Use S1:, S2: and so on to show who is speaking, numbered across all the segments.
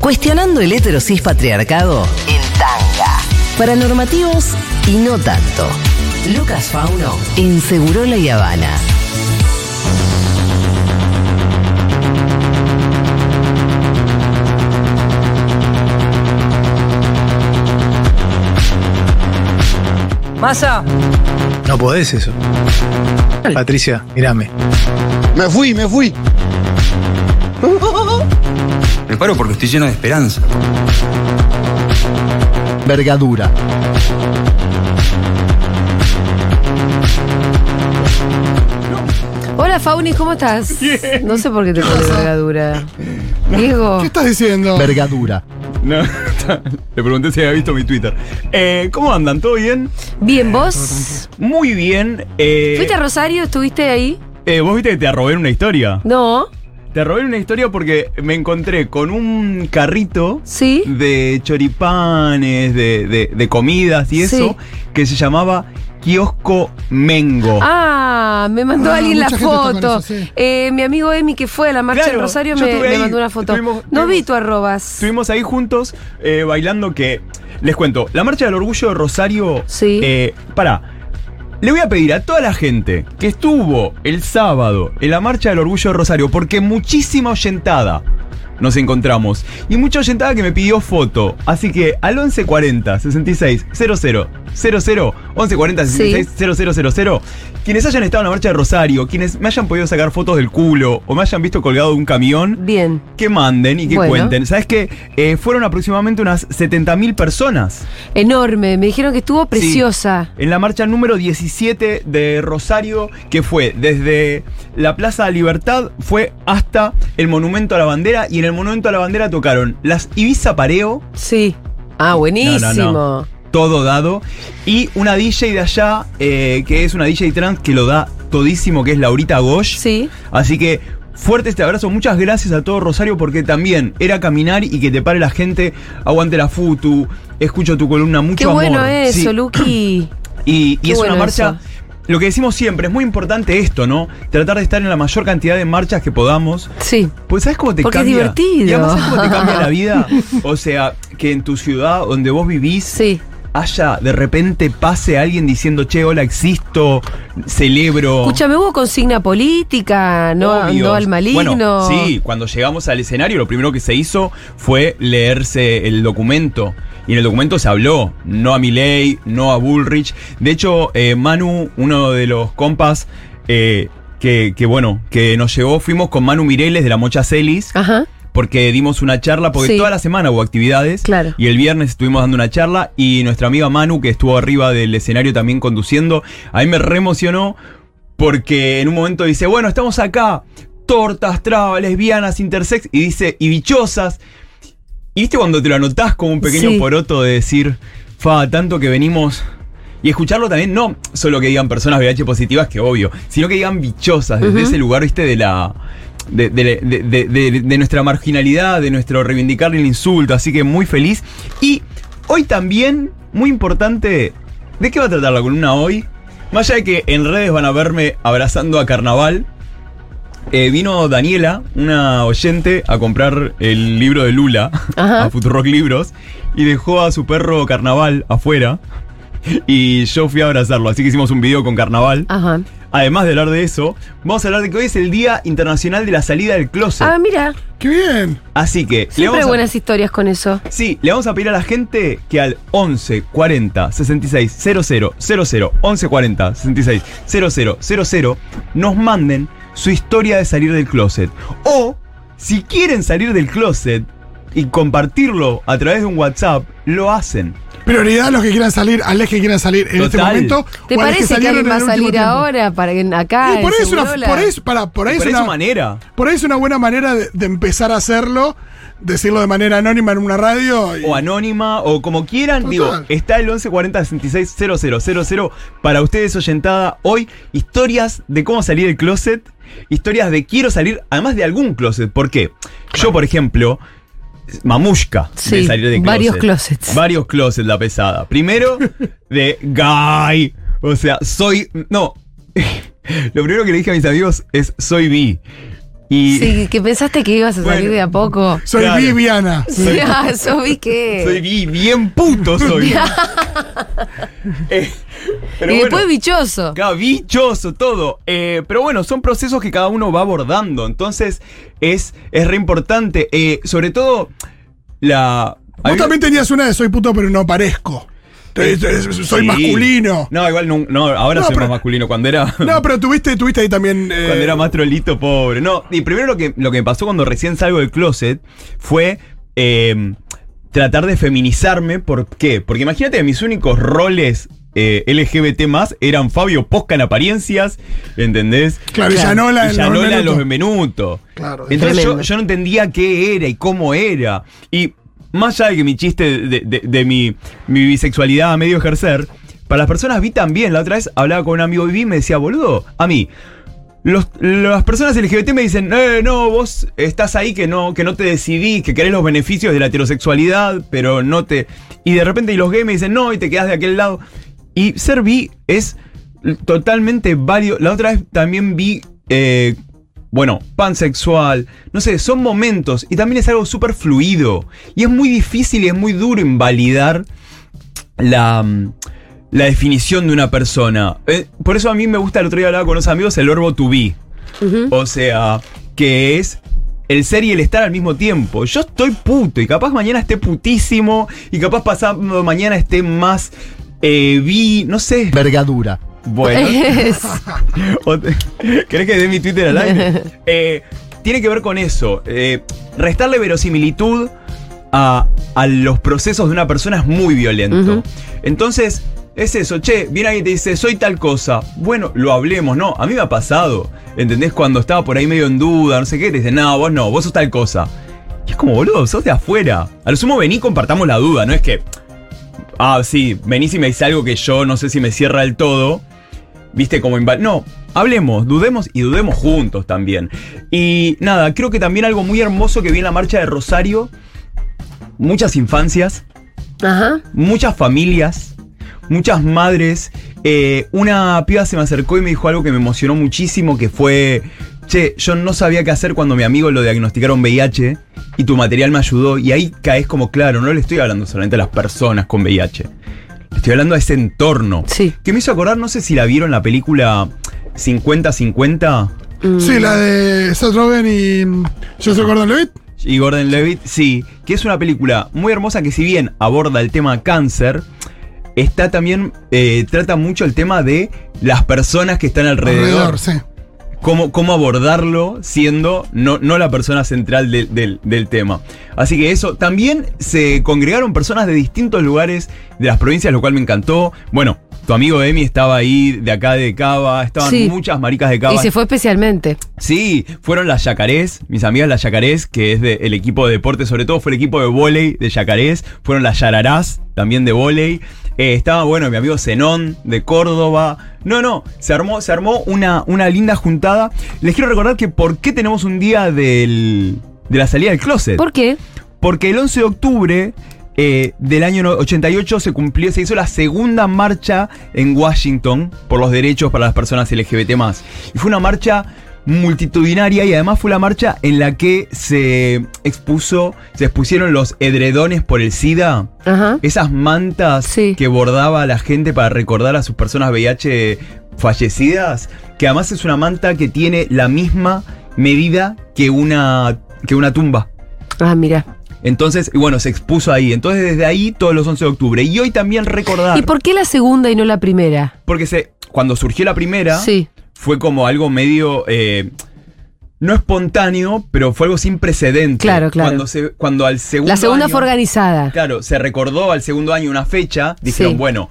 S1: Cuestionando el heterosis patriarcado en tanga. Paranormativos y no tanto. Lucas Fauno en Segurola y Habana.
S2: Masa,
S3: No podés eso. Patricia, mírame.
S4: Me fui, me fui.
S5: Me paro porque estoy lleno de esperanza.
S4: Vergadura.
S6: Hola Faunis, ¿cómo estás? No sé por qué te pone vergadura. Diego,
S4: ¿Qué estás diciendo? Vergadura.
S7: No, le pregunté si había visto mi Twitter. Eh, ¿Cómo andan? ¿Todo bien?
S6: bien, vos.
S7: Muy bien. eh,
S6: ¿Fuiste a Rosario? ¿Estuviste ahí?
S7: eh, ¿Vos viste que te arrobé una historia?
S6: No.
S7: Te arrobé una historia porque me encontré con un carrito
S6: ¿Sí?
S7: de choripanes, de, de- de comidas y
S6: Sí.
S7: eso, que se llamaba Kiosco Mengo.
S6: Ah, me mandó
S4: Ah,
S6: alguien la
S4: mucha gente está con
S6: foto.
S4: eso, sí.
S6: Eh, mi amigo Emi, que fue a la marcha
S7: Claro,
S6: en Rosario,
S7: yo
S6: me,
S7: estuve
S6: me
S7: ahí.
S6: mandó una foto.
S7: Estuvimos-
S6: no
S7: estuvimos-
S6: vi tu arrobas.
S7: Estuvimos ahí juntos eh, bailando que. Les cuento, la marcha del orgullo de Rosario.
S6: Sí.
S7: Eh, para. Le voy a pedir a toda la gente que estuvo el sábado en la marcha del orgullo de Rosario, porque muchísima oyentada nos encontramos. Y mucha oyentada que me pidió foto. Así que al 1140 66 00 00 1140 66 0000 quienes hayan estado en la marcha de Rosario, quienes me hayan podido sacar fotos del culo o me hayan visto colgado de un camión,
S6: Bien.
S7: que manden y que
S6: Bueno.
S7: cuenten. ¿Sabes qué? Eh, fueron aproximadamente unas 70.000 personas
S6: Enorme. Me dijeron que estuvo preciosa.
S7: en la marcha número 17 de Rosario, que fue desde la Plaza Libertad, fue hasta el Monumento a la Bandera. Y en el Monumento a la Bandera tocaron las Ibiza Pareo,
S6: Sí. Ah, buenísimo.
S7: No, no, todo dado, y una DJ de allá, eh, que es una DJ trans que lo da todísimo, que es Laurita Gosh.
S6: Sí.
S7: Así que fuerte este abrazo, muchas gracias a todo Rosario porque también era caminar y que te pare la gente, aguante la futu, escucho tu columna, mucho
S6: Qué
S7: amor.
S6: bueno eso,
S7: Sí.
S6: Luqui.
S7: Y, y
S6: Qué
S7: es
S6: bueno
S7: una marcha.
S6: eso.
S7: Lo que decimos siempre, es muy importante esto, ¿no? Tratar de estar en la mayor cantidad de marchas que podamos.
S6: Sí.
S7: Pues ¿sabes cómo te
S6: Porque es
S7: cambia?
S6: divertido.
S7: Y además, ¿sabes cómo te cambia la vida? O sea, que en tu ciudad donde vos vivís
S6: Sí.
S7: haya de repente pase alguien diciendo, "Che, hola, existo, celebro."
S6: Escúchame, hubo consigna política, no
S7: Obvio.
S6: andó al maligno.
S7: Bueno, sí, cuando llegamos al escenario, lo primero que se hizo fue leerse el documento. Y en el documento se habló, no a Milei, no a Bullrich. De hecho, eh, Manu, uno de los compas eh, que, que, bueno, que nos llegó, fuimos con Manu Mireles de la Mocha Celis
S6: Ajá.
S7: porque dimos una charla, porque
S6: Sí.
S7: toda la semana hubo actividades.
S6: Claro.
S7: Y el viernes estuvimos dando una charla y nuestra amiga Manu, que estuvo arriba del escenario también conduciendo, a mí me reemocionó porque en un momento dice, bueno, estamos acá, tortas, trabas, lesbianas, intersex, y dice, y bichosas. Y viste cuando te lo anotás como un pequeño
S6: Sí.
S7: poroto de decir, fa, tanto que venimos... Y escucharlo también, no solo que digan personas VH positivas, que obvio, sino que digan bichosas, desde
S6: Ujú.
S7: ese lugar, viste, de la. De, de- de- de- de- de nuestra marginalidad, de nuestro reivindicar el insulto, así que muy feliz. Y hoy también, muy importante, ¿de qué va a tratar la columna hoy? Más allá de que en redes van a verme abrazando a carnaval, eh, vino Daniela, una oyente, a comprar el libro de Lula
S6: Ajá.
S7: a Futurock Libros y dejó a su perro Carnaval afuera. Y yo fui a abrazarlo, así que hicimos un video con Carnaval.
S6: Ajá.
S7: Además de hablar de eso, vamos a hablar de que hoy es el Día Internacional de la Salida del Closet.
S6: Ah, mira,
S4: ¡Qué bien!
S7: Así que le
S6: siempre
S7: vamos,
S6: hay
S7: a,
S6: buenas historias con eso.
S7: sí, le vamos a pedir a la gente que al 11 40 66 00 00 11 40 66 00 00 nos manden su historia de salir del closet. O, si quieren salir del closet y compartirlo a través de un WhatsApp, lo hacen.
S4: Prioridad a los que quieran salir, a los que quieran salir en este
S7: Total.
S4: momento.
S6: ¿Te
S4: o a los
S6: parece que
S4: salieron
S6: alguien
S4: en
S6: va a
S4: el último
S6: salir
S4: tiempo.
S6: ahora para que acá?
S4: Y por,
S6: en
S4: ahí es una,
S6: Segurola?
S4: por, ahí es- para, por, ahí es
S7: Por
S4: una,
S7: esa manera.
S4: por ahí es una buena manera de, de empezar a hacerlo, decirlo de manera anónima en una radio. y-
S7: o anónima o como quieran.
S4: Total.
S7: Digo, está el 1140 66 000 para ustedes oyentada hoy. Historias de cómo salir del closet, historias de quiero salir, además de algún closet. ¿Por qué? Yo, por ejemplo, mamushka
S6: Sí,
S7: de salir del closet.
S6: varios closets.
S7: Varios closets la pesada. Primero de guy, o sea, soy no. Lo primero que le dije a mis amigos es soy bi. Y
S6: Sí, que pensaste que ibas a salir
S7: Bueno.
S6: de a poco.
S4: Soy
S7: Claro.
S4: Viviana.
S6: Sí, ah, eso vi que.
S7: soy bi- bien puto soy. Eh, pero
S6: y
S7: bueno.
S6: después bichoso.
S7: Claro, bichoso, todo. Eh, pero bueno, son procesos que cada uno va abordando. Entonces, es, es re importante. Eh, sobre todo, la.
S4: Vos
S7: hay-
S4: también tenías una de soy puto, pero no parezco. Te- te- Soy
S7: Eh, Sí.
S4: masculino.
S7: No, igual no, no, ahora
S4: No,
S7: soy
S4: pero-
S7: más masculino. Cuando era.
S4: No, pero tuviste, tuviste ahí también. eh,
S7: Cuando era más trolito, pobre. No, y primero lo que, lo que me pasó cuando recién salgo del closet fue eh, tratar de feminizarme. ¿Por qué? Porque imagínate, mis únicos roles eh, LGBT más eran Fabio Posca en apariencias, ¿entendés?
S4: Claro, y
S6: Claro.
S4: Yanola en
S7: Y Yanola en los
S4: los
S7: Benvenuto.
S4: Claro,
S7: Entonces yo,
S6: tremendo.
S7: yo no entendía qué era y cómo era. Y más allá de que mi chiste de, de- de mi, mi bisexualidad a medio ejercer, para las personas vi también. La otra vez hablaba con un amigo y vi y me decía, boludo, a mí. los- las personas LGBT me dicen, eh, no, vos estás ahí que no, que no te decidís, que querés los beneficios de la heterosexualidad, pero no te. Y de repente y los gays me dicen, no, y te quedás de aquel lado. Y ser bi es totalmente válido. La otra vez también vi eh, bueno, pansexual, no sé, son momentos y también es algo súper fluido. Y es muy difícil y es muy duro invalidar la, mm, la definición de una persona. Eh, por eso a mí me gusta, el otro día hablaba con unos amigos, el verbo to be. O sea, que es el ser y el estar al mismo tiempo. Yo estoy puto y capaz mañana esté putísimo y capaz pasado mañana esté más eh, bi, no sé.
S8: Vergadura.
S7: Bueno.
S6: Es-
S7: O te- ¿Querés que dé mi Twitter al aire? Eh, tiene que ver con eso. eh, restarle verosimilitud a, a los procesos de una persona es muy violento.
S6: Ujú.
S7: Entonces, es eso, che, viene alguien y te dice, soy tal cosa. Bueno, lo hablemos, no. A mí me ha pasado. ¿Entendés? Cuando estaba por ahí medio en duda, no sé qué, te dicen, no, vos no, vos sos tal cosa. Y es como, boludo, sos de afuera. A lo sumo vení, compartamos la duda, no es que. Ah, sí, venís y me dice algo que yo no sé si me cierra del todo. Viste, como inval. No, hablemos, dudemos y dudemos juntos también. Y nada, creo que también algo muy hermoso que vi en la marcha de Rosario. Muchas infancias,
S6: Ajá.
S7: muchas familias, muchas madres. Eh, una piba se me acercó y me dijo algo que me emocionó muchísimo, que fue, che, yo no sabía qué hacer cuando mi amigo lo diagnosticaron VIH y tu material me ayudó. Y ahí caes como, claro, no le estoy hablando solamente a las personas con VIH. Le estoy hablando a ese entorno.
S6: Sí.
S7: Que me hizo acordar, no sé si la vieron la película 50-50
S4: Sí, la de Seth Rogen y. mm, Yo
S7: Ah.
S4: soy Gordon Levitt.
S7: y Gordon Levitt, sí, que es una película muy hermosa que si bien aborda el tema cáncer, está también, eh, trata mucho el tema de las personas que están alrededor.
S4: Alrededor, sí.
S7: Cómo, cómo abordarlo siendo no, no la persona central del- del- del tema. Así que eso, también se congregaron personas de distintos lugares de las provincias, lo cual me encantó. Bueno, tu amigo Emi estaba ahí, de acá de Cava, estaban
S6: Sí.
S7: muchas maricas de Cava.
S6: Y se fue especialmente.
S7: Sí, fueron las Yacarés, mis amigas las Yacarés, que es de- el equipo de deporte, sobre todo fue el equipo de vóley de Yacarés, fueron las Yararás, también de vóley. Eh, estaba, bueno, mi amigo Zenón de Córdoba. No, no, se armó, se armó una, una linda juntada. Les quiero recordar que por qué tenemos un día del- de la salida del closet.
S6: ¿Por qué?
S7: Porque el 11 de octubre eh, del año no- 88 se cumplió, se hizo la segunda marcha en Washington por los derechos para las personas LGBT. Y fue una marcha multitudinaria y además fue la marcha en la que se expuso, se expusieron los edredones por el SIDA.
S6: Ajá.
S7: Esas mantas
S6: Sí.
S7: que bordaba a la gente para recordar a sus personas VIH fallecidas, que además es una manta que tiene la misma medida que una, que una tumba.
S6: Ah, mira.
S7: Entonces, y bueno, se expuso ahí. Entonces, desde ahí, todos los 11 de octubre. Y hoy también recordar.
S6: ¿Y por qué la segunda y no la primera?
S7: Porque se, cuando surgió la primera,
S6: Sí.
S7: fue como algo medio. eh, no espontáneo, pero fue algo sin precedente.
S6: Claro, claro.
S7: Cuando, se, cuando al segundo.
S6: La segunda
S7: año-
S6: fue organizada.
S7: Claro, se recordó al segundo año una fecha. Dijeron,
S6: Sí.
S7: bueno,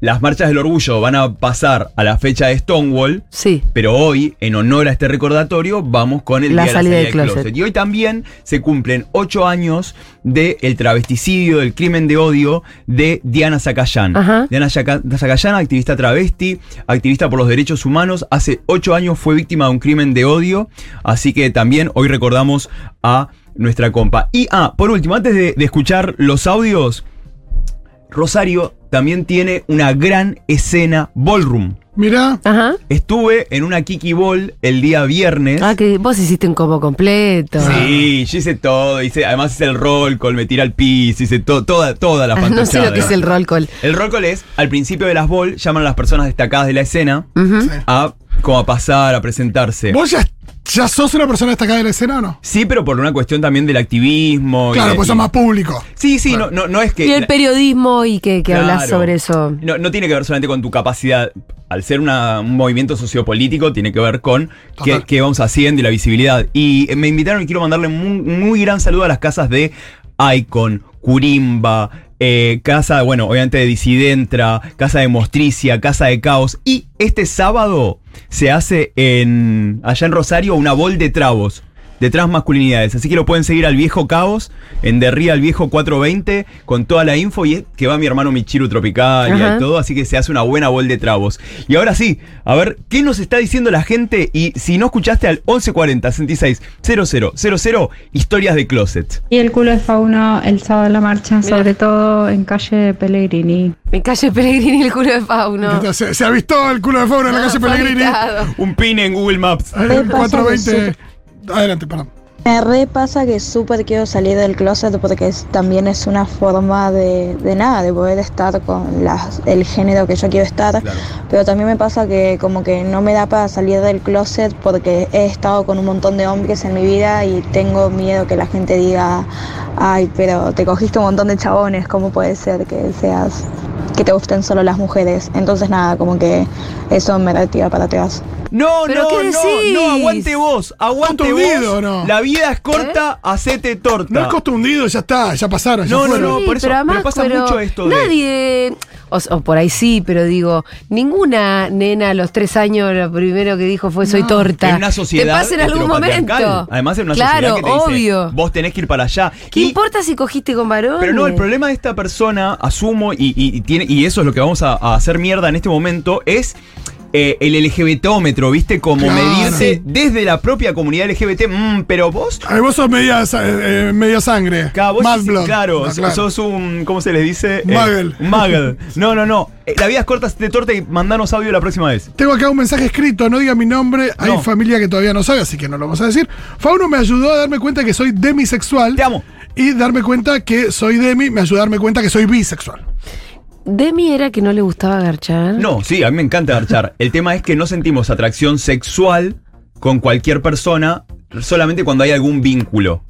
S7: las marchas del orgullo van a pasar a la fecha de Stonewall.
S6: Sí.
S7: Pero hoy, en honor a este recordatorio, vamos con el
S6: La
S7: día de
S6: salida del
S7: la salida del
S6: closet.
S7: closet. Y hoy también se cumplen ocho años del travesticidio, del crimen de odio de Diana Zacayán.
S6: Ajá.
S7: Diana Yaca- Zacayán, activista travesti, activista por los derechos humanos, hace ocho años fue víctima de un crimen de odio. Así que también hoy recordamos a nuestra compa. Y, ah, por último, antes de, de escuchar los audios, Rosario también tiene una gran escena ballroom.
S4: Mirá,
S6: Ajá.
S7: Estuve en una Kiki Ball el día viernes.
S6: Ah, que vos hiciste un combo completo.
S7: Sí, yo hice todo, hice, además hice el roll call, me tiré al piso, hice to- toda, toda la
S6: Ah,
S7: fantasía.
S6: no sé lo que es el roll call.
S7: El roll call es, al principio de las ball, llaman a las personas destacadas de la escena
S6: Ujú.
S7: a como a pasar, a presentarse.
S4: ¿vos ya, ya sos una persona destacada de la escena o no?
S7: Sí, pero por una cuestión también del activismo. y
S4: Claro,
S7: de-
S4: pues sos más público.
S7: Sí, sí, no, no, no es que...
S6: Y el
S7: la-
S6: periodismo y que, que hablas
S7: Claro.
S6: sobre eso.
S7: No, no tiene que ver solamente con tu capacidad. Al ser una- un movimiento sociopolítico, tiene que ver con qué,
S4: Total.
S7: qué vamos haciendo y la visibilidad. Y eh, me invitaron y quiero mandarle muy, muy gran saludo a las casas de Icon, Curimba, eh, casa, bueno, obviamente de Disidentra, casa de Mostricia, casa de Caos. Y este sábado se hace en allá en Rosario una bol de trabos. de trans masculinidades. Así que lo pueden seguir al viejo Caos, en Derría al viejo 420, con toda la info y es que va mi hermano Michiru Tropical
S6: Ajá.
S7: y todo, así que se hace una buena bol de trabos. Y ahora sí, a ver, ¿qué nos está diciendo la gente? Y si no escuchaste al 1140 66 0000, historias de closet.
S8: Y el culo de fauno el sábado en la marcha, sobre todo en calle Pellegrini.
S6: En calle Pellegrini el culo de Fauno.
S4: Entonces, Se, se avistó el culo de Fabra en la
S6: Ah,
S4: calle
S6: fue
S4: Pellegrini.
S6: habitado.
S7: Un pin en Google Maps.
S4: Ahí,
S9: Me pasa
S4: 420. Adelante, perdón.
S9: Me re pasa que súper quiero salir del closet porque es- también es una forma de, de nada, de poder estar con las, el género que yo quiero estar.
S7: Claro.
S9: Pero también me pasa que como que no me da para salir del closet porque he estado con un montón de hombres en mi vida y tengo miedo que la gente diga, ay, pero te cogiste un montón de chabones, ¿cómo puede ser que seas, que te gusten solo las mujeres? Entonces nada, como que eso me retira para atrás.
S7: No,
S6: ¿Pero
S7: no,
S6: qué decís?
S7: no, no, aguante vos, aguante
S4: ¿Está tundido
S7: vos.
S4: o no?
S7: La vida es
S6: ¿Eh?
S7: corta, hacete torta.
S4: No es costo hundido, ya está, ya pasaron. ya
S7: No, no,
S4: fueron.
S7: no. por eso, pero pasa mucho esto de-
S6: Nadie. O, o por ahí sí, pero digo, ninguna nena a los tres años lo primero que dijo fue soy torta.
S7: En una sociedad.
S6: Te pasa en algún
S7: heteropatriarcal.
S6: momento.
S7: Además, en una
S6: claro,
S7: sociedad que te dice,
S6: obvio.
S7: vos tenés que ir para allá.
S6: ¿Qué
S7: Y-
S6: importa si cogiste con varón?
S7: Pero no, el problema de esta persona, asumo, y, y- y tiene, y eso es lo que vamos a, a hacer mierda en este momento, es eh, el LGBTómetro, ¿viste? Como
S4: Claro.
S7: medirse desde la propia comunidad LGBT. Mm, pero vos.
S4: Ay, vos sos media, sa- eh, eh, media sangre.
S7: Claro, vos
S4: Mad
S7: sos-
S4: blood.
S7: claro,
S4: Ah,
S7: sos- sos un. ¿Cómo se les dice? Eh,
S4: Muggle.
S7: un muggle. No, no, no. Eh, La vida es corta, te torta y mandanos audio la próxima vez.
S4: Tengo acá un mensaje escrito, no diga mi nombre,
S7: No.
S4: hay familia que todavía no sabe, así que no lo vamos a decir. Fauno me ayudó a darme cuenta que soy demisexual.
S7: Te amo.
S4: Y darme cuenta que soy demi, me ayudó a darme cuenta que soy bisexual.
S6: Demi era que no le gustaba garchar.
S7: No, sí, a mí me encanta garchar. El tema es que no sentimos atracción sexual con cualquier persona solamente cuando hay algún vínculo.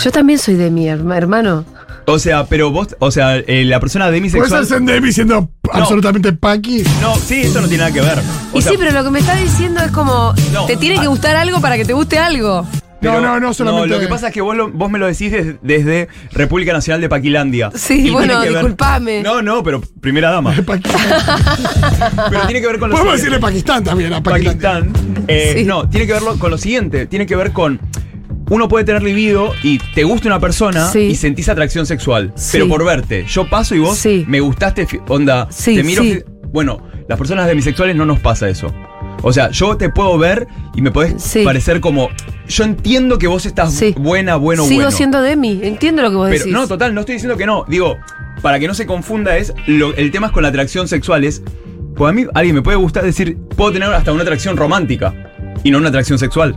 S6: Yo también soy Demi, herma- hermano.
S7: O sea, pero vos, o sea, eh, la persona
S4: Puedes
S7: demisexual...
S4: ser demi siendo absolutamente paqui.
S7: No, sí, eso no tiene nada que ver. O
S6: y
S7: sea,
S6: sí, pero lo que me está diciendo es como,
S7: No.
S6: te tiene que
S7: Ah.
S6: gustar algo para que te guste algo.
S4: No, no, no, solamente-
S7: lo que pasa es que vos, lo- vos me lo decís des- desde República Nacional de Paquilandia.
S6: Sí,
S7: Y tiene
S6: bueno,
S7: que ver-
S6: disculpame.
S7: No, no, pero primera dama. Pero tiene que ver con los
S4: Podemos decirle Pakistán también a Pakistán.
S7: Pakistán. Eh,
S6: Sí.
S7: No, tiene que ver lo- con lo siguiente. Tiene que ver con. Uno puede tener libido y te gusta una persona
S6: Sí.
S7: y sentís atracción sexual.
S6: Sí.
S7: Pero por verte. Yo paso y vos
S6: Sí.
S7: me gustaste. fi- Onda,
S6: Sí,
S7: te miro.
S6: sí.
S7: fi- Bueno, las personas demisexuales no nos pasa eso. O sea, yo te puedo ver y me podés
S6: Sí.
S7: parecer como. Yo entiendo que vos estás
S6: Sí.
S7: buena, bueno,
S6: Sigo
S7: bueno.
S6: siendo Demi, entiendo lo que vos
S7: Pero,
S6: decís.
S7: no, total, no estoy diciendo que no. Digo, para que no se confunda, es lo- el tema es con la atracción sexual. Es, pues a mí alguien me puede gustar decir, puedo tener hasta una atracción romántica y no una atracción sexual.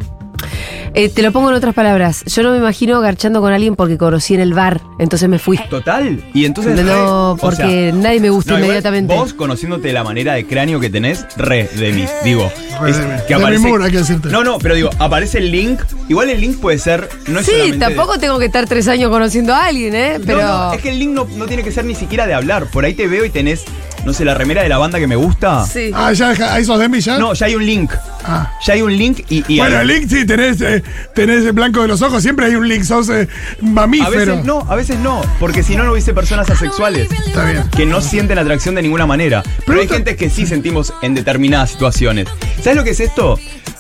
S6: Eh, te lo pongo en otras palabras. Yo no me imagino garchando con alguien porque conocí en el bar, entonces me fui.
S7: Total. Y Eh, entonces.
S6: No, no,
S7: re- o
S6: porque
S7: sea,
S6: nadie me gusta
S7: no, igual
S6: inmediatamente.
S7: Vos, conociéndote la manera de cráneo que tenés, re de mí. Digo,
S4: Re
S7: es
S4: de mí.
S7: que
S4: De
S7: aparece.
S4: mi muro, hay que decirte.
S7: No, no, pero digo, aparece el link. Igual el link puede ser. No es
S6: sí,
S7: solamente de-
S6: tampoco tengo que estar tres años conociendo a alguien, ¿eh?
S7: No,
S6: Pero.
S7: no, es que el link no, no tiene que ser ni siquiera de hablar. Por ahí te veo y tenés, no sé, la remera de la banda que me gusta.
S6: Sí.
S4: Ah, ya, deja- ahí sos demi ya.
S7: No, ya hay un link.
S4: Ah.
S7: Ya hay un link y. y
S4: Bueno,
S7: a,
S4: el link, sí, tenés, eh, tenés el blanco de los ojos, siempre hay un link, sos eh,
S7: a
S4: mamífero.
S7: veces no, a veces no, porque si no, no hubiese personas asexuales
S4: Está bien.
S7: que no sienten atracción de ninguna manera. Pero hay
S4: esto-
S7: gente que sí sentimos en determinadas situaciones. ¿Sabes lo que es esto?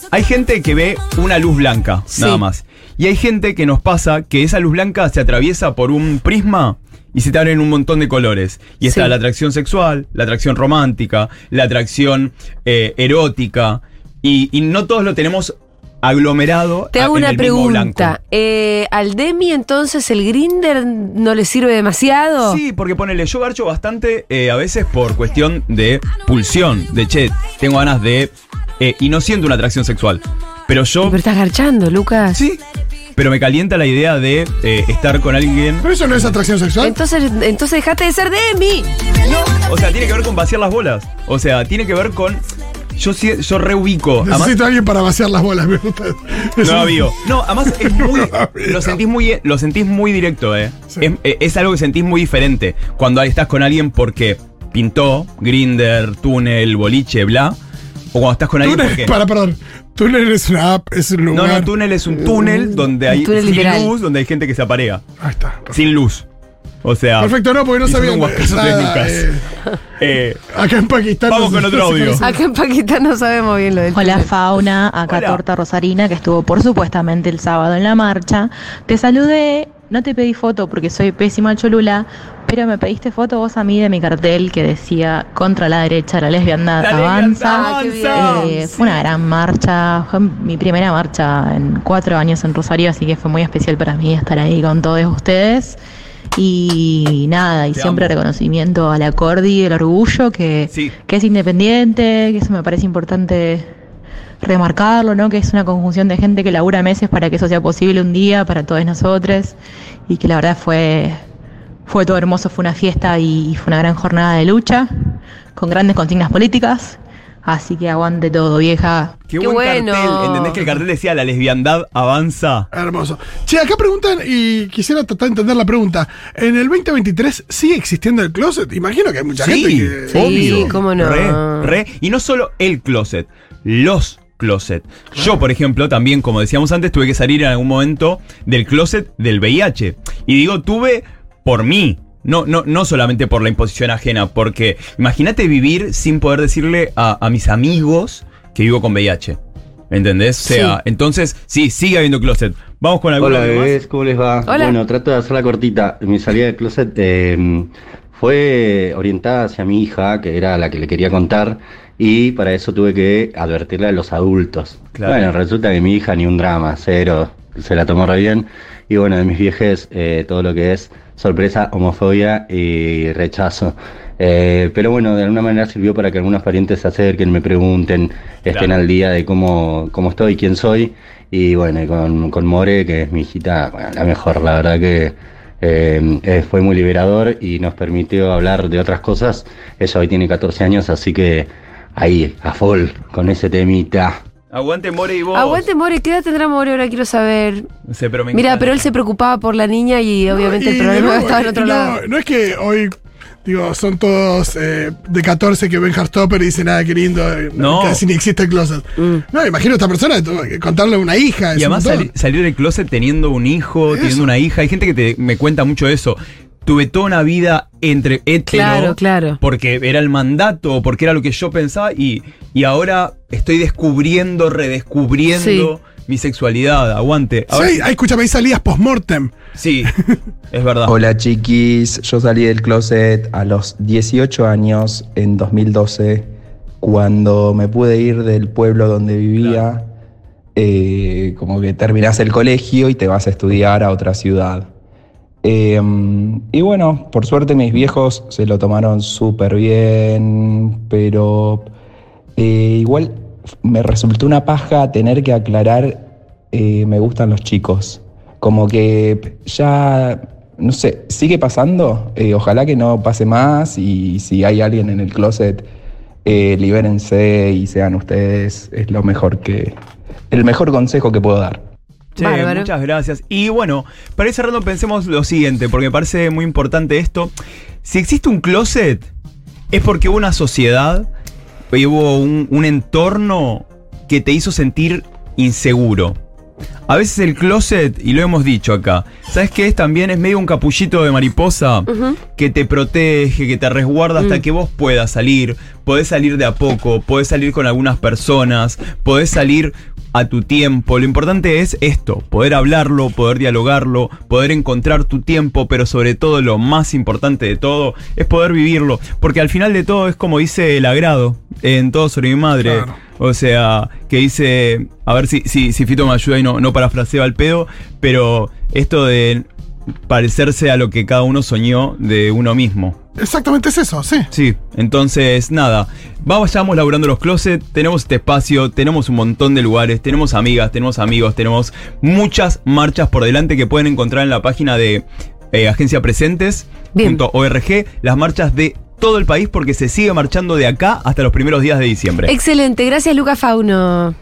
S7: Hay gente que ve una luz blanca,
S6: Sí.
S7: nada más. Y hay gente que nos pasa que esa luz blanca se atraviesa por un prisma y se te abren un montón de colores. Y está
S6: Sí.
S7: la atracción sexual, la atracción romántica, la atracción eh, erótica. Y, y no todos lo tenemos aglomerado.
S6: Te
S7: a-
S6: hago
S7: ah, en
S6: una
S7: el mismo
S6: pregunta.
S7: blanco.
S6: Eh, ¿Al Demi entonces el grinder no le sirve demasiado?
S7: Sí, porque ponele, yo garcho bastante eh, a veces por cuestión de pulsión, de che, tengo ganas de. eh, y no siento una atracción sexual. Pero yo.
S6: Pero estás garchando, Lucas.
S7: Sí. Pero me calienta la idea de eh, estar con alguien.
S4: Pero eso no es atracción sexual.
S6: Entonces, entonces dejate de ser Demi.
S7: O sea, tiene que ver con vaciar las bolas. O sea, tiene que ver con. Yo, sí- yo reubico. Además-
S4: Necesito a alguien para vaciar las bolas, me gusta.
S7: No, amigo. No, además es muy, lo, sentís muy, lo sentís muy directo, ¿eh?
S4: Sí.
S7: Es, eh, es algo que sentís muy diferente cuando estás con alguien porque pintó, grinder, túnel, boliche, bla. O cuando estás con alguien porque...
S4: Túnel, para, perdón. Túnel es una app, es un
S7: No,
S4: lugar.
S7: no, túnel es un
S4: Mm.
S7: túnel donde hay
S6: túnel
S7: sin
S6: literal.
S7: luz, donde hay gente que se aparea.
S4: Ahí está.
S7: Sin luz. O sea...
S4: Perfecto, no, porque no
S7: y son
S4: sabía.
S7: un guapeso de
S4: nada,
S7: Lucas.
S4: eh,
S7: Eh,
S4: acá en Pakistán.
S7: Vamos con
S4: no se-
S7: otro
S4: no se
S7: audio.
S4: conoce.
S6: Acá en Paquita no sabemos bien lo del
S10: Hola
S6: túnel.
S10: Fauna, acá
S7: Hola.
S10: Torta Rosarina, que estuvo por supuestamente el sábado en la marcha. Te saludé, no te pedí foto porque soy pésima cholula, pero me pediste foto vos a mí de mi cartel que decía contra la derecha, la lesbiandad
S7: La Ah,
S10: avanza.
S7: lesbiandad
S6: avanza. Ah,
S10: Eh, fue una gran marcha, fue mi primera marcha en cuatro años en Rosario, así que fue muy especial para mí estar ahí con todos ustedes. Y nada, y
S7: Te
S10: siempre
S7: amo.
S10: reconocimiento a la Cordi, el orgullo que,
S7: Sí.
S10: que es independiente, que eso me parece importante remarcarlo, ¿no? Que es una conjunción de gente que labura meses para que eso sea posible un día para todos nosotros y que la verdad fue fue todo hermoso, fue una fiesta y, y fue una gran jornada de lucha con grandes consignas políticas, así que aguante todo, vieja.
S7: qué,
S6: Qué
S7: buen
S6: bueno.
S7: cartel. ¿Entendés que el cartel decía la lesbiandad avanza?
S4: Hermoso. Che, acá preguntan y quisiera tratar de entender la pregunta. ¿En el 2023 sigue existiendo el closet? Imagino que hay mucha gente que.
S6: Sí,
S7: obvio.
S6: cómo no.
S7: Re, re. Y no solo el closet, los closet. Yo, por ejemplo, también, como decíamos antes, tuve que salir en algún momento del closet del VIH. Y digo, tuve por mí. No, no, no solamente por la imposición ajena, porque imagínate vivir sin poder decirle a, a mis amigos que vivo con VIH. ¿Entendés? O sea,
S6: Sí.
S7: entonces, sí, sigue habiendo closet. Vamos con alguna
S11: Hola
S7: más.
S11: bebés, ¿cómo les va?
S6: Hola.
S11: Bueno, trato de hacerla cortita. Mi salida del closet eh, fue orientada hacia mi hija, que era la que le quería contar, y para eso tuve que advertirle a los adultos.
S7: Claro.
S11: Bueno, resulta que mi hija ni un drama, cero, se la tomó re bien. Y bueno, de mis viejes, eh, todo lo que es sorpresa, homofobia y rechazo. Eh, pero bueno, de alguna manera sirvió para que algunos parientes se acerquen, me pregunten, estén
S7: Claro.
S11: al día de cómo, cómo estoy, quién soy. Y bueno, y con, con More, que es mi hijita, bueno, la mejor, la verdad que eh, eh, fue muy liberador y nos permitió hablar de otras cosas. Ella hoy tiene 14 años, así que ahí, a full, con ese temita.
S7: Aguante, More y vos.
S6: Aguante, More, ¿qué edad tendrá More? Ahora quiero saber.
S7: No sé, pero me
S6: Mira,
S7: encanta.
S6: pero él se preocupaba por la niña y obviamente
S4: Y
S6: el problema
S4: no,
S6: estaba en otro
S4: no,
S6: lado.
S4: No es que hoy, digo, son todos eh, de 14 que ven Hardstopper y dicen, nada, qué lindo, eh,
S7: No.
S4: casi ni existe el closet.
S6: Mm.
S4: No, imagino a esta persona eh, tuvo que contarle a una hija. es
S7: Y
S4: un
S7: además
S4: montón.
S7: sali- salir del closet teniendo un hijo, teniendo una hija. Hay gente que te- me cuenta mucho eso. Tuve toda una vida entre hetero,
S6: Claro, claro.
S7: porque era el mandato, porque era lo que yo pensaba y, y ahora estoy descubriendo, redescubriendo mi sexualidad. Aguante. Ahora
S4: Sí, ay, escúchame, hay salidas post-mortem.
S7: sí, es verdad.
S12: Hola chiquis, yo salí del closet a los 18 años en 2012, cuando me pude ir del pueblo donde vivía, Eh, como que terminás el colegio y te vas a estudiar a otra ciudad. Eh, y bueno, por suerte mis viejos se lo tomaron súper bien, pero eh, igual me resultó una paja tener que aclarar eh, me gustan los chicos. Como que ya, no sé, sigue pasando, eh, ojalá que no pase más y si hay alguien en el closet, eh, libérense y sean ustedes, es lo mejor que, el mejor consejo que puedo dar.
S7: Che,
S6: Bárbaro.
S7: muchas gracias. Y bueno, para ir cerrando pensemos lo siguiente, porque me parece muy importante esto. Si existe un closet, es porque hubo una sociedad, y hubo un, un entorno que te hizo sentir inseguro. A veces el closet, y lo hemos dicho acá, ¿sabes qué es? También es medio un capullito de mariposa
S6: Ujú.
S7: que te protege, que te resguarda hasta que vos puedas salir. Podés salir de a poco, podés salir con algunas personas, podés salir a tu tiempo. Lo importante es esto, poder hablarlo, poder dialogarlo, poder encontrar tu tiempo, pero sobre todo lo más importante de todo es poder vivirlo. Porque al final de todo es como dice el agrado en todo sobre mi madre. O sea, que dice, a ver si, si, si Fito me ayuda y no, no parafraseo al pedo, pero esto de parecerse a lo que cada uno soñó de uno mismo.
S4: Exactamente es eso, sí.
S7: Sí, entonces nada, vamos, vamos laburando los closets, tenemos este espacio, tenemos un montón de lugares, tenemos amigas, tenemos amigos, tenemos muchas marchas por delante que pueden encontrar en la página de eh, agenciapresentes.org, las marchas de todo el país porque se sigue marchando de acá hasta los primeros días de diciembre.
S6: Excelente, gracias Lucas Fauno.